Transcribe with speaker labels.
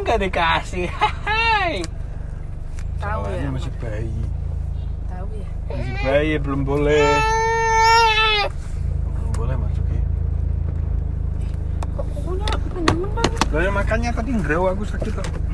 Speaker 1: nggak Eh, dikasih. Hai.
Speaker 2: Tahu ya.
Speaker 1: Soalnya masih bayi.
Speaker 2: Tahu ya.
Speaker 1: Masih bayi belum boleh.
Speaker 2: Eh.
Speaker 1: Belum boleh masuk ya.
Speaker 2: Kok kukunya panjang banget?
Speaker 1: Lah ya, makanya tadi ngerew aku sakit kok.